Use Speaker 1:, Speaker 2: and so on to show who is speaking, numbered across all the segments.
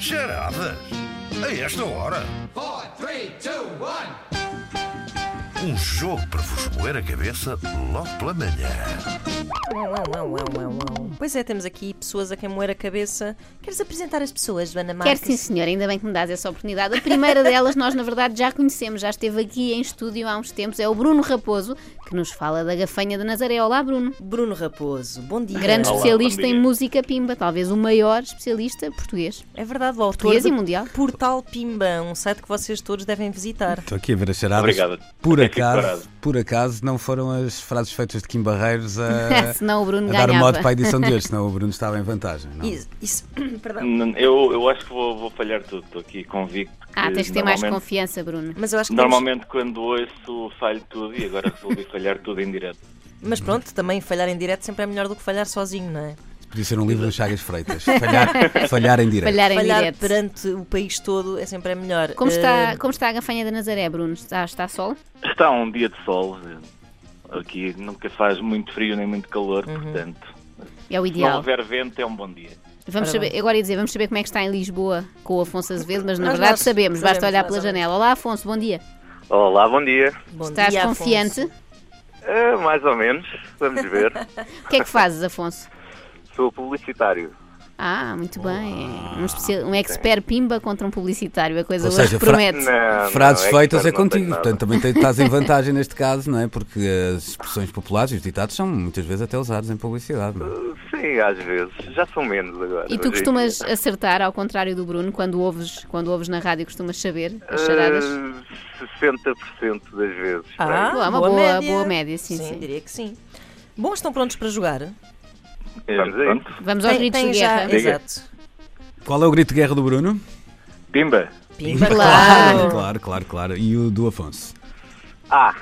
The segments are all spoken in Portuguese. Speaker 1: Charadas? A esta hora?
Speaker 2: four, three, two, one.
Speaker 1: Um jogo para vos moer a cabeça logo pela manhã.
Speaker 3: Pois é, temos aqui pessoas a quem moer a cabeça. Queres apresentar as pessoas, Joana
Speaker 4: Quero
Speaker 3: Marques?
Speaker 4: sim, senhor, ainda bem que me dás essa oportunidade. A primeira delas nós, na verdade, já conhecemos, já esteve aqui em estúdio há uns tempos, é o Bruno Raposo, que nos fala da Gafanha de Nazaré. Olá, Bruno.
Speaker 3: Bruno Raposo, bom dia.
Speaker 4: Grande especialista em música pimba, talvez o maior especialista português.
Speaker 3: É verdade, o autor
Speaker 4: Português
Speaker 3: do
Speaker 4: e mundial.
Speaker 3: Portal Pimba, um site que vocês todos devem visitar.
Speaker 5: Estou aqui a ver as charadas.
Speaker 6: Obrigado.
Speaker 5: Por
Speaker 6: Até fico
Speaker 5: acaso,
Speaker 6: parado.
Speaker 5: por acaso, não foram as frases feitas de Kim Barreiros a,
Speaker 4: Senão o Bruno
Speaker 5: É. a dar o
Speaker 4: ganhava.
Speaker 5: modo para a edição de hoje, senão o Bruno estava em vantagem. não?
Speaker 3: Isso, isso- perdão.
Speaker 6: N- Eu, eu acho que vou, vou falhar tudo, estou aqui convicto.
Speaker 4: Ah, tens que ter mais
Speaker 6: normalmente-
Speaker 4: confiança, Bruno.
Speaker 3: Mas eu acho que temos-
Speaker 6: Normalmente quando ouço falho tudo e agora resolvi falhar tudo em direto.
Speaker 3: Mas pronto, também falhar em direto sempre é melhor do que falhar sozinho, não é?
Speaker 5: Podia ser um livro do Chagas Freitas. Falhar, falhar em direto.
Speaker 4: Falhar em
Speaker 3: falhar
Speaker 4: direto.
Speaker 3: perante o país todo é sempre é melhor.
Speaker 4: Como,
Speaker 3: Eh,
Speaker 4: está, como está a Gafanha de Nazaré, Bruno? Está, está sol?
Speaker 6: Está um dia de sol, eh, aqui nunca faz muito frio nem muito calor, portanto,
Speaker 4: É o
Speaker 6: se não
Speaker 4: Uhum. ideal.
Speaker 6: houver vento é um bom dia.
Speaker 4: Vamos
Speaker 3: Ora bem.
Speaker 4: saber, agora ia dizer, vamos saber como é que está em Lisboa com o Afonso Azevedo, mas na
Speaker 3: Nós-
Speaker 4: verdade
Speaker 3: nós
Speaker 4: sabemos, basta
Speaker 3: sabemos,
Speaker 4: olhar
Speaker 3: mais
Speaker 4: pela
Speaker 3: ou menos.
Speaker 4: janela. Olá, Afonso, bom dia.
Speaker 7: Olá, bom dia.
Speaker 3: bom
Speaker 4: Estás
Speaker 3: dia, Afonso.
Speaker 4: confiante?
Speaker 7: Ah, mais ou menos, vamos ver.
Speaker 4: O que é que fazes, Afonso?
Speaker 7: Sou publicitário.
Speaker 4: Ah, muito bem. Um, especial, um expert pimba contra um publicitário, a coisa
Speaker 5: Ou
Speaker 4: hoje
Speaker 5: seja, fra-
Speaker 4: promete.
Speaker 6: Ah,
Speaker 7: Não,
Speaker 5: Frases
Speaker 7: não, expert
Speaker 5: feitas é
Speaker 7: não tenho
Speaker 5: contigo,
Speaker 7: nada.
Speaker 5: portanto também te- estás em vantagem neste caso, não é? Porque as expressões populares e os ditados são muitas vezes até usados em publicidade. não é?
Speaker 7: Sim, às vezes. Já são menos agora.
Speaker 4: E
Speaker 7: hoje
Speaker 4: tu
Speaker 7: em
Speaker 4: costumas
Speaker 7: dia.
Speaker 4: acertar, ao contrário do Bruno, quando ouves, quando ouves na rádio, costumas saber
Speaker 7: Ah,
Speaker 4: as
Speaker 6: Eh,
Speaker 4: charadas?
Speaker 7: 60% das vezes.
Speaker 3: Ah,
Speaker 4: Boa, uma
Speaker 3: boa,
Speaker 4: boa-
Speaker 3: média.
Speaker 4: boa média, sim, sim.
Speaker 3: diria que sim. Bom, estão prontos para jogar?
Speaker 6: Eh,
Speaker 7: Vamos a
Speaker 6: pronto.
Speaker 4: Vamos aos
Speaker 3: Tem-
Speaker 4: gritos
Speaker 3: tem
Speaker 4: de
Speaker 3: já-
Speaker 4: guerra.
Speaker 6: Diga.
Speaker 3: Exato.
Speaker 5: Qual é o grito de guerra do Bruno?
Speaker 6: Pimba,
Speaker 3: Pimba,
Speaker 4: Claro.
Speaker 5: claro, claro, claro. E o do Afonso?
Speaker 7: Ah,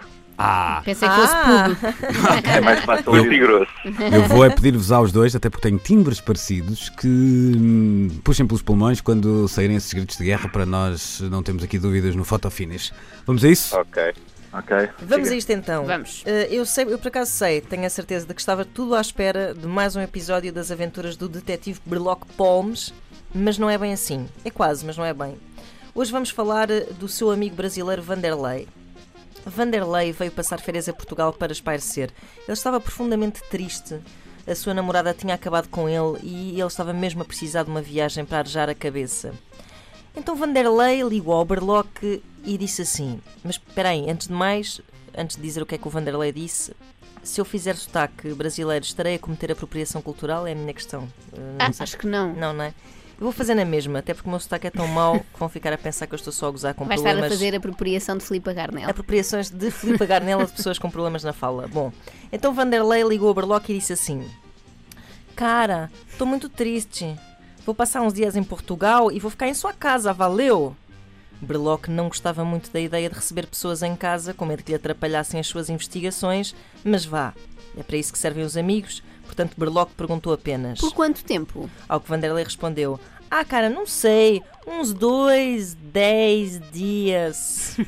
Speaker 5: Ah,
Speaker 4: Pensei que fosse
Speaker 3: Ah.
Speaker 4: pub.
Speaker 6: é mais fácil
Speaker 7: muito
Speaker 6: ouvir.
Speaker 7: grosso.
Speaker 5: Eu vou é pedir-vos aos dois, até porque tenho timbres parecidos, que hum, puxem pelos pulmões quando saírem esses gritos de guerra para nós não termos aqui dúvidas no fotofinish. Vamos a isso?
Speaker 7: Ok.
Speaker 6: Ok.
Speaker 3: Vamos a isto então.
Speaker 4: Vamos.
Speaker 3: Eh, eu, sei, eu por acaso sei, tenho a certeza de que estava tudo à espera de mais um episódio das aventuras do detetive Berloc Palmes, mas não é bem assim. É quase, mas não é bem. Hoje vamos falar eh, do seu amigo brasileiro Vanderlei. Vanderlei veio passar férias a Portugal para espairecer. Ele estava profundamente triste. A sua namorada tinha acabado com ele e ele estava mesmo a precisar de uma viagem para arejar a cabeça. Então Vanderlei ligou ao Berloque e disse assim: Mas espera aí, antes de mais, antes de dizer o que é que o Vanderlei disse, se eu fizer sotaque brasileiro, estarei a cometer apropriação cultural? É a minha questão. Eh,
Speaker 4: Ah, acho que não.
Speaker 3: Não, não é? Eu vou fazer na mesma, até porque o meu sotaque é tão mau que vão ficar a pensar que eu estou só a gozar com
Speaker 4: Vai estar a
Speaker 3: problemas
Speaker 4: fazer apropriação de Filipe Garnel.
Speaker 3: apropriações de Filipe Garnela de pessoas com problemas na fala. Bom, então Vanderlei ligou a Berloque e disse assim: Cara, estou muito triste. Vou passar uns dias em Portugal e vou ficar em sua casa, valeu? Berloque não gostava muito da ideia de receber pessoas em casa, com medo que lhe atrapalhassem as suas investigações, mas vá, é para isso que servem os amigos, portanto Berloque perguntou apenas.
Speaker 4: Por quanto tempo?
Speaker 3: Ao que Vanderlei respondeu: Ah, cara, não sei. Uns dois, dez dias.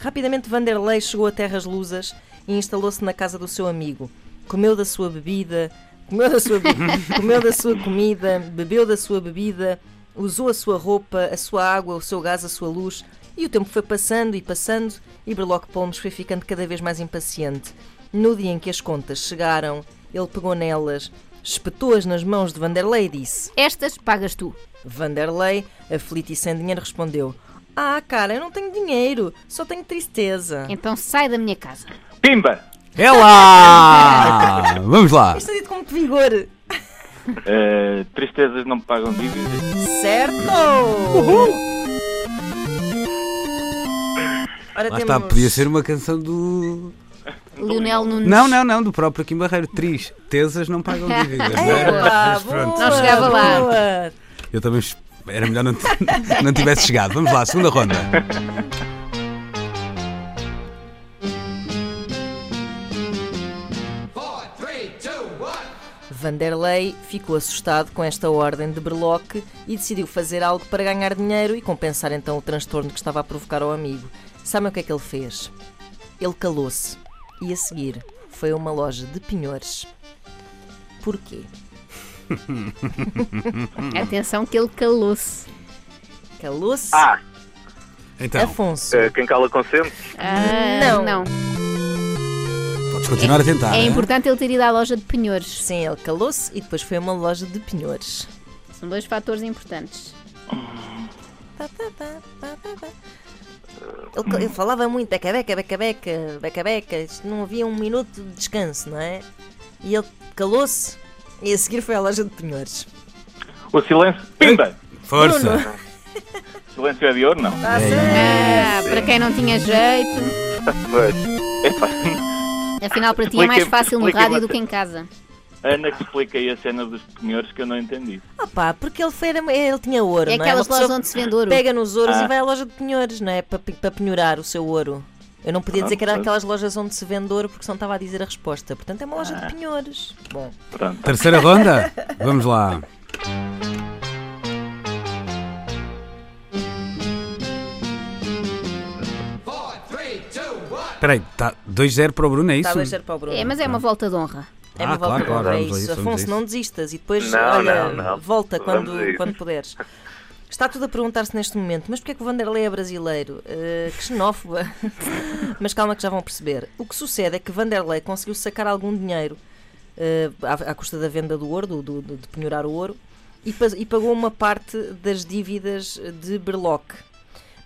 Speaker 3: Rapidamente, Vanderlei chegou a Terras Lusas e instalou-se na casa do seu amigo. Comeu da sua bebida, comeu da sua, be- comeu da sua comida, bebeu da sua bebida, usou a sua roupa, a sua água, o seu gás, a sua luz. E o tempo foi passando e passando, e Berloque Palmes foi ficando cada vez mais impaciente. No dia em que as contas chegaram, ele pegou nelas, espetou-as nas mãos de Vanderlei e disse:
Speaker 4: Estas pagas tu.
Speaker 3: Vanderlei, aflito e sem dinheiro, respondeu: Ah, cara, eu não tenho dinheiro, só tenho tristeza.
Speaker 4: Então sai da minha casa.
Speaker 6: Pimba!
Speaker 5: É lá! Vamos lá!
Speaker 3: Isto é dito com muito vigor.
Speaker 6: Eh, tristezas não pagam dívidas.
Speaker 3: Certo! Ora,
Speaker 5: Lá
Speaker 3: temos...
Speaker 5: está, podia ser um uma canção do.
Speaker 4: Leonel Nunes.
Speaker 5: Não, não, não, do próprio Kim Barreiro. Tris, tesas não pagam dívidas. não era?
Speaker 3: Epá,
Speaker 5: Mas
Speaker 3: Ah, boa,
Speaker 5: pronto.
Speaker 4: Não chegava lá.
Speaker 3: boa.
Speaker 5: Eu também. es- Era melhor não, não tivesse chegado. Vamos lá, segunda ronda.
Speaker 2: Four, three, two, one.
Speaker 3: Vanderlei ficou assustado com esta ordem de Berloque e decidiu fazer algo para ganhar dinheiro e compensar então o transtorno que estava a provocar ao amigo. Sabem o que é que ele fez? Ele calou-se e a seguir foi a uma loja de penhores. Porquê?
Speaker 4: Atenção que ele calou-se.
Speaker 3: Calou-se.
Speaker 7: Ah,
Speaker 5: Então,
Speaker 3: Afonso.
Speaker 7: eh, quem cala consente?
Speaker 4: Ah,
Speaker 3: Não.
Speaker 4: não.
Speaker 5: podes continuar a tentar.
Speaker 4: É
Speaker 5: hein?
Speaker 4: importante ele ter ido à loja de penhores.
Speaker 3: Sim, ele calou-se e depois foi a uma loja de penhores.
Speaker 4: São dois fatores importantes.
Speaker 3: Pá, pá, pá, pá, pá, pá. Ele, ca- ele falava muito, beca, beca, beca, beca, beca, beca. Isto não havia um minuto de descanso, não é? E ele calou-se e a seguir foi à loja de penhores.
Speaker 6: O silêncio. Pimba!
Speaker 5: Força!
Speaker 6: Silêncio é de ouro, não.
Speaker 4: Ah, para quem não tinha jeito.
Speaker 7: Pois.
Speaker 6: Epá,
Speaker 4: Afinal, para ti é mais
Speaker 6: Expliquem-
Speaker 4: fácil no
Speaker 6: expliquem
Speaker 4: rádio do
Speaker 6: você.
Speaker 4: que em casa.
Speaker 6: Ana que explica aí a cena dos penhores que eu não entendi.
Speaker 3: Ah pá, porque ele, foi, era- ele tinha ouro,
Speaker 4: É
Speaker 3: não é? Uma
Speaker 4: aquelas lojas
Speaker 3: pessoa
Speaker 4: onde se vende ouro.
Speaker 3: Pega nos ouros
Speaker 6: Ah.
Speaker 3: e vai à loja de penhores, não é? Para, pe- para penhorar o seu ouro. Eu não podia dizer que era
Speaker 6: Pronto.
Speaker 3: aquelas lojas onde se vende ouro porque senão estava a dizer a resposta. Portanto, é uma loja de penhores. Bom,
Speaker 6: Pronto.
Speaker 5: Terceira ronda? Vamos lá.
Speaker 2: Four, three, two, one.
Speaker 5: Espera aí, está 2-0 para o Bruno, é isso?
Speaker 3: está a deixar tá, para o Bruno.
Speaker 4: É, mas é uma volta de honra.
Speaker 3: É uma
Speaker 5: Ah,
Speaker 3: volta
Speaker 5: claro, claro,
Speaker 3: é
Speaker 5: vamos a
Speaker 3: isso.
Speaker 5: isso, vamos
Speaker 3: Afonso,
Speaker 5: a isso.
Speaker 3: não desistas e depois
Speaker 7: Não,
Speaker 3: olha,
Speaker 7: não, não.
Speaker 3: volta
Speaker 7: Vamos a
Speaker 3: quando,
Speaker 7: isso.
Speaker 3: quando puderes. Está tudo a perguntar-se neste momento, mas porquê é que o Vanderlei é brasileiro? Eh, que xenófoba. mas calma que já vão perceber. O que sucede é que Vanderlei conseguiu sacar algum dinheiro eh, à, à custa da venda do ouro, do, do- do- de penhorar o ouro, e, pa- e pagou uma parte das dívidas de Berloque.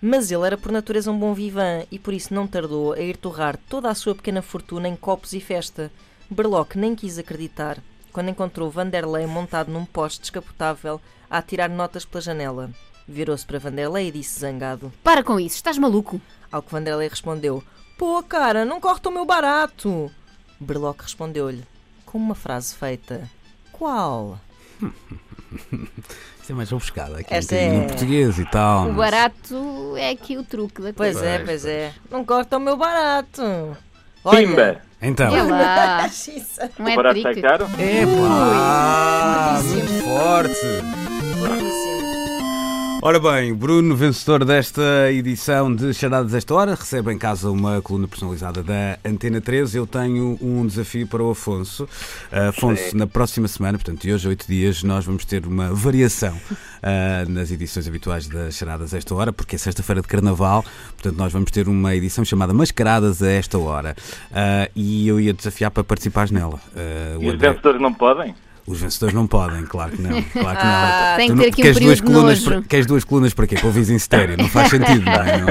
Speaker 3: Mas ele era por natureza um bom vivan e por isso não tardou a ir torrar toda a sua pequena fortuna em copos e festa. Berloque nem quis acreditar quando encontrou Vanderlei montado num poste descapotável a atirar notas pela janela. Virou-se para Vanderlei e disse zangado.
Speaker 4: Para com isso, estás maluco?
Speaker 3: Ao que Vanderlei respondeu: Pô, cara, não corta o meu barato! Berloque respondeu-lhe com uma frase feita: Qual?
Speaker 5: Isto é mais ofuscado aqui.
Speaker 3: Esta
Speaker 5: um bocadinho
Speaker 3: é-
Speaker 5: em português e tal.
Speaker 4: O
Speaker 5: mas-
Speaker 4: barato é aqui o truque da
Speaker 3: Pois
Speaker 4: coisa.
Speaker 3: é, pois é. Não corta o meu barato!
Speaker 6: Pimba!
Speaker 5: Então.
Speaker 3: É
Speaker 4: Olha lá,
Speaker 3: Xisa.
Speaker 4: não
Speaker 6: O
Speaker 4: é
Speaker 6: barato
Speaker 4: trick.
Speaker 6: está caro?
Speaker 5: É pá! Muito forte!
Speaker 3: Fortíssimo.
Speaker 5: Ora bem, Bruno, vencedor desta edição de Charadas desta hora, recebe em casa uma coluna personalizada da Antena 13. Eu tenho um desafio para o Afonso. Ah, Afonso, na próxima semana, portanto, de hoje a 8 dias, nós vamos ter uma variação ah, nas edições habituais das Charadas desta hora, porque é sexta-feira de Carnaval, portanto, nós vamos ter uma edição chamada Mascaradas a esta hora. Ah, e eu ia desafiar para participares nela. Ah, o
Speaker 6: E os
Speaker 5: André-
Speaker 6: vencedores não podem?
Speaker 5: os vencedores não podem, claro que não. Claro que não.
Speaker 3: Ah,
Speaker 5: Tu
Speaker 4: tem que
Speaker 5: não-
Speaker 4: ter aqui um
Speaker 5: queres duas
Speaker 4: período de
Speaker 5: colunas
Speaker 4: nojo.
Speaker 5: para, Queres duas colunas para quê? Para ouvires em estéreo. Não faz sentido, não é? Não,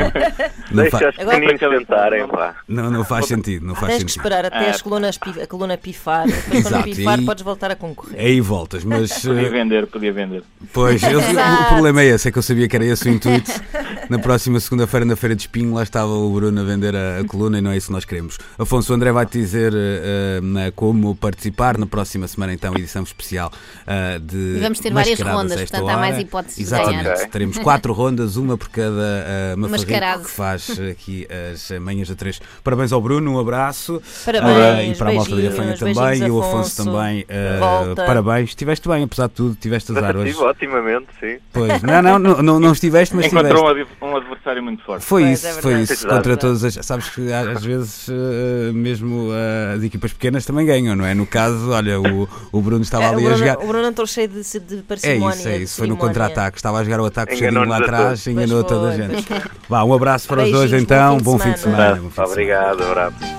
Speaker 5: não, fa-
Speaker 7: Deixa os
Speaker 3: Agora-
Speaker 7: pequeninos tentarem, pá.
Speaker 5: não, não faz sentido. Não faz
Speaker 3: Tens que
Speaker 5: sentido.
Speaker 3: esperar até as colunas pi- a coluna pifar. Depois, quando
Speaker 5: Exato,
Speaker 3: pifar,
Speaker 5: e-
Speaker 3: podes voltar a concorrer.
Speaker 5: É Aí voltas, mas
Speaker 6: Podia
Speaker 5: eh,
Speaker 6: vender, podia vender.
Speaker 5: pois eu- o problema é esse, é que eu sabia que era esse o intuito. Na próxima segunda-feira, na Feira de Espinho, lá estava o Bruno a vender a, a coluna e não é isso que nós queremos. Afonso o André vai te dizer eh, eh, na- como participar na próxima semana, então, edição especial eh, de.
Speaker 4: E vamos ter várias
Speaker 5: Mascaradas
Speaker 4: rondas,
Speaker 5: a esta
Speaker 4: portanto, há mais
Speaker 5: hora.
Speaker 4: hipóteses de Um
Speaker 5: Exatamente.
Speaker 7: ganhar. Ok.
Speaker 5: Teremos quatro rondas, uma por cada uh, mafarrico
Speaker 4: Mascarado.
Speaker 5: que faz aqui as manhãs da três. Parabéns ao Bruno, um abraço.
Speaker 3: Parabéns,
Speaker 5: Ah, e para a malta da
Speaker 3: beijinhos,
Speaker 5: Gafanha
Speaker 3: beijinhos,
Speaker 5: também. E o Afonso
Speaker 3: Afonso.
Speaker 5: também. ah,
Speaker 3: Volta.
Speaker 5: parabéns. Estiveste bem, apesar de tudo, tiveste azar hoje.
Speaker 7: Tive otimamente, sim.
Speaker 5: Pois, não, não, não, não, não estiveste, mas
Speaker 6: Encontrou um
Speaker 5: estiveste.
Speaker 6: adver- um adversário muito forte.
Speaker 5: Foi
Speaker 3: Pois,
Speaker 5: isso,
Speaker 3: é
Speaker 5: foi
Speaker 3: verdade.
Speaker 5: isso.
Speaker 7: Exato.
Speaker 5: Contra todas as. Sabes que às às vezes ah, mesmo ah, as equipas pequenas também ganham, não é? No caso, olha, o, o Bruno estava
Speaker 3: É, o,
Speaker 5: ali a
Speaker 3: Bruno,
Speaker 5: jogar.
Speaker 3: o Bruno entrou cheio de, de
Speaker 5: É
Speaker 3: parcimónia.
Speaker 5: isso, é
Speaker 3: de
Speaker 5: isso. Foi no
Speaker 3: cerimónia.
Speaker 5: contra-ataque. Estava a jogar o ataque cheirinho lá
Speaker 7: Enganou-nos a
Speaker 5: atrás,
Speaker 7: todos.
Speaker 5: enganou
Speaker 3: Pois
Speaker 5: toda a
Speaker 3: foi,
Speaker 5: gente. Vá, um abraço para os dois
Speaker 3: Beijinhos,
Speaker 5: então. Bom fim de
Speaker 3: semana.
Speaker 5: semana. bom fim de semana.
Speaker 6: um
Speaker 7: Obrigado, abraço.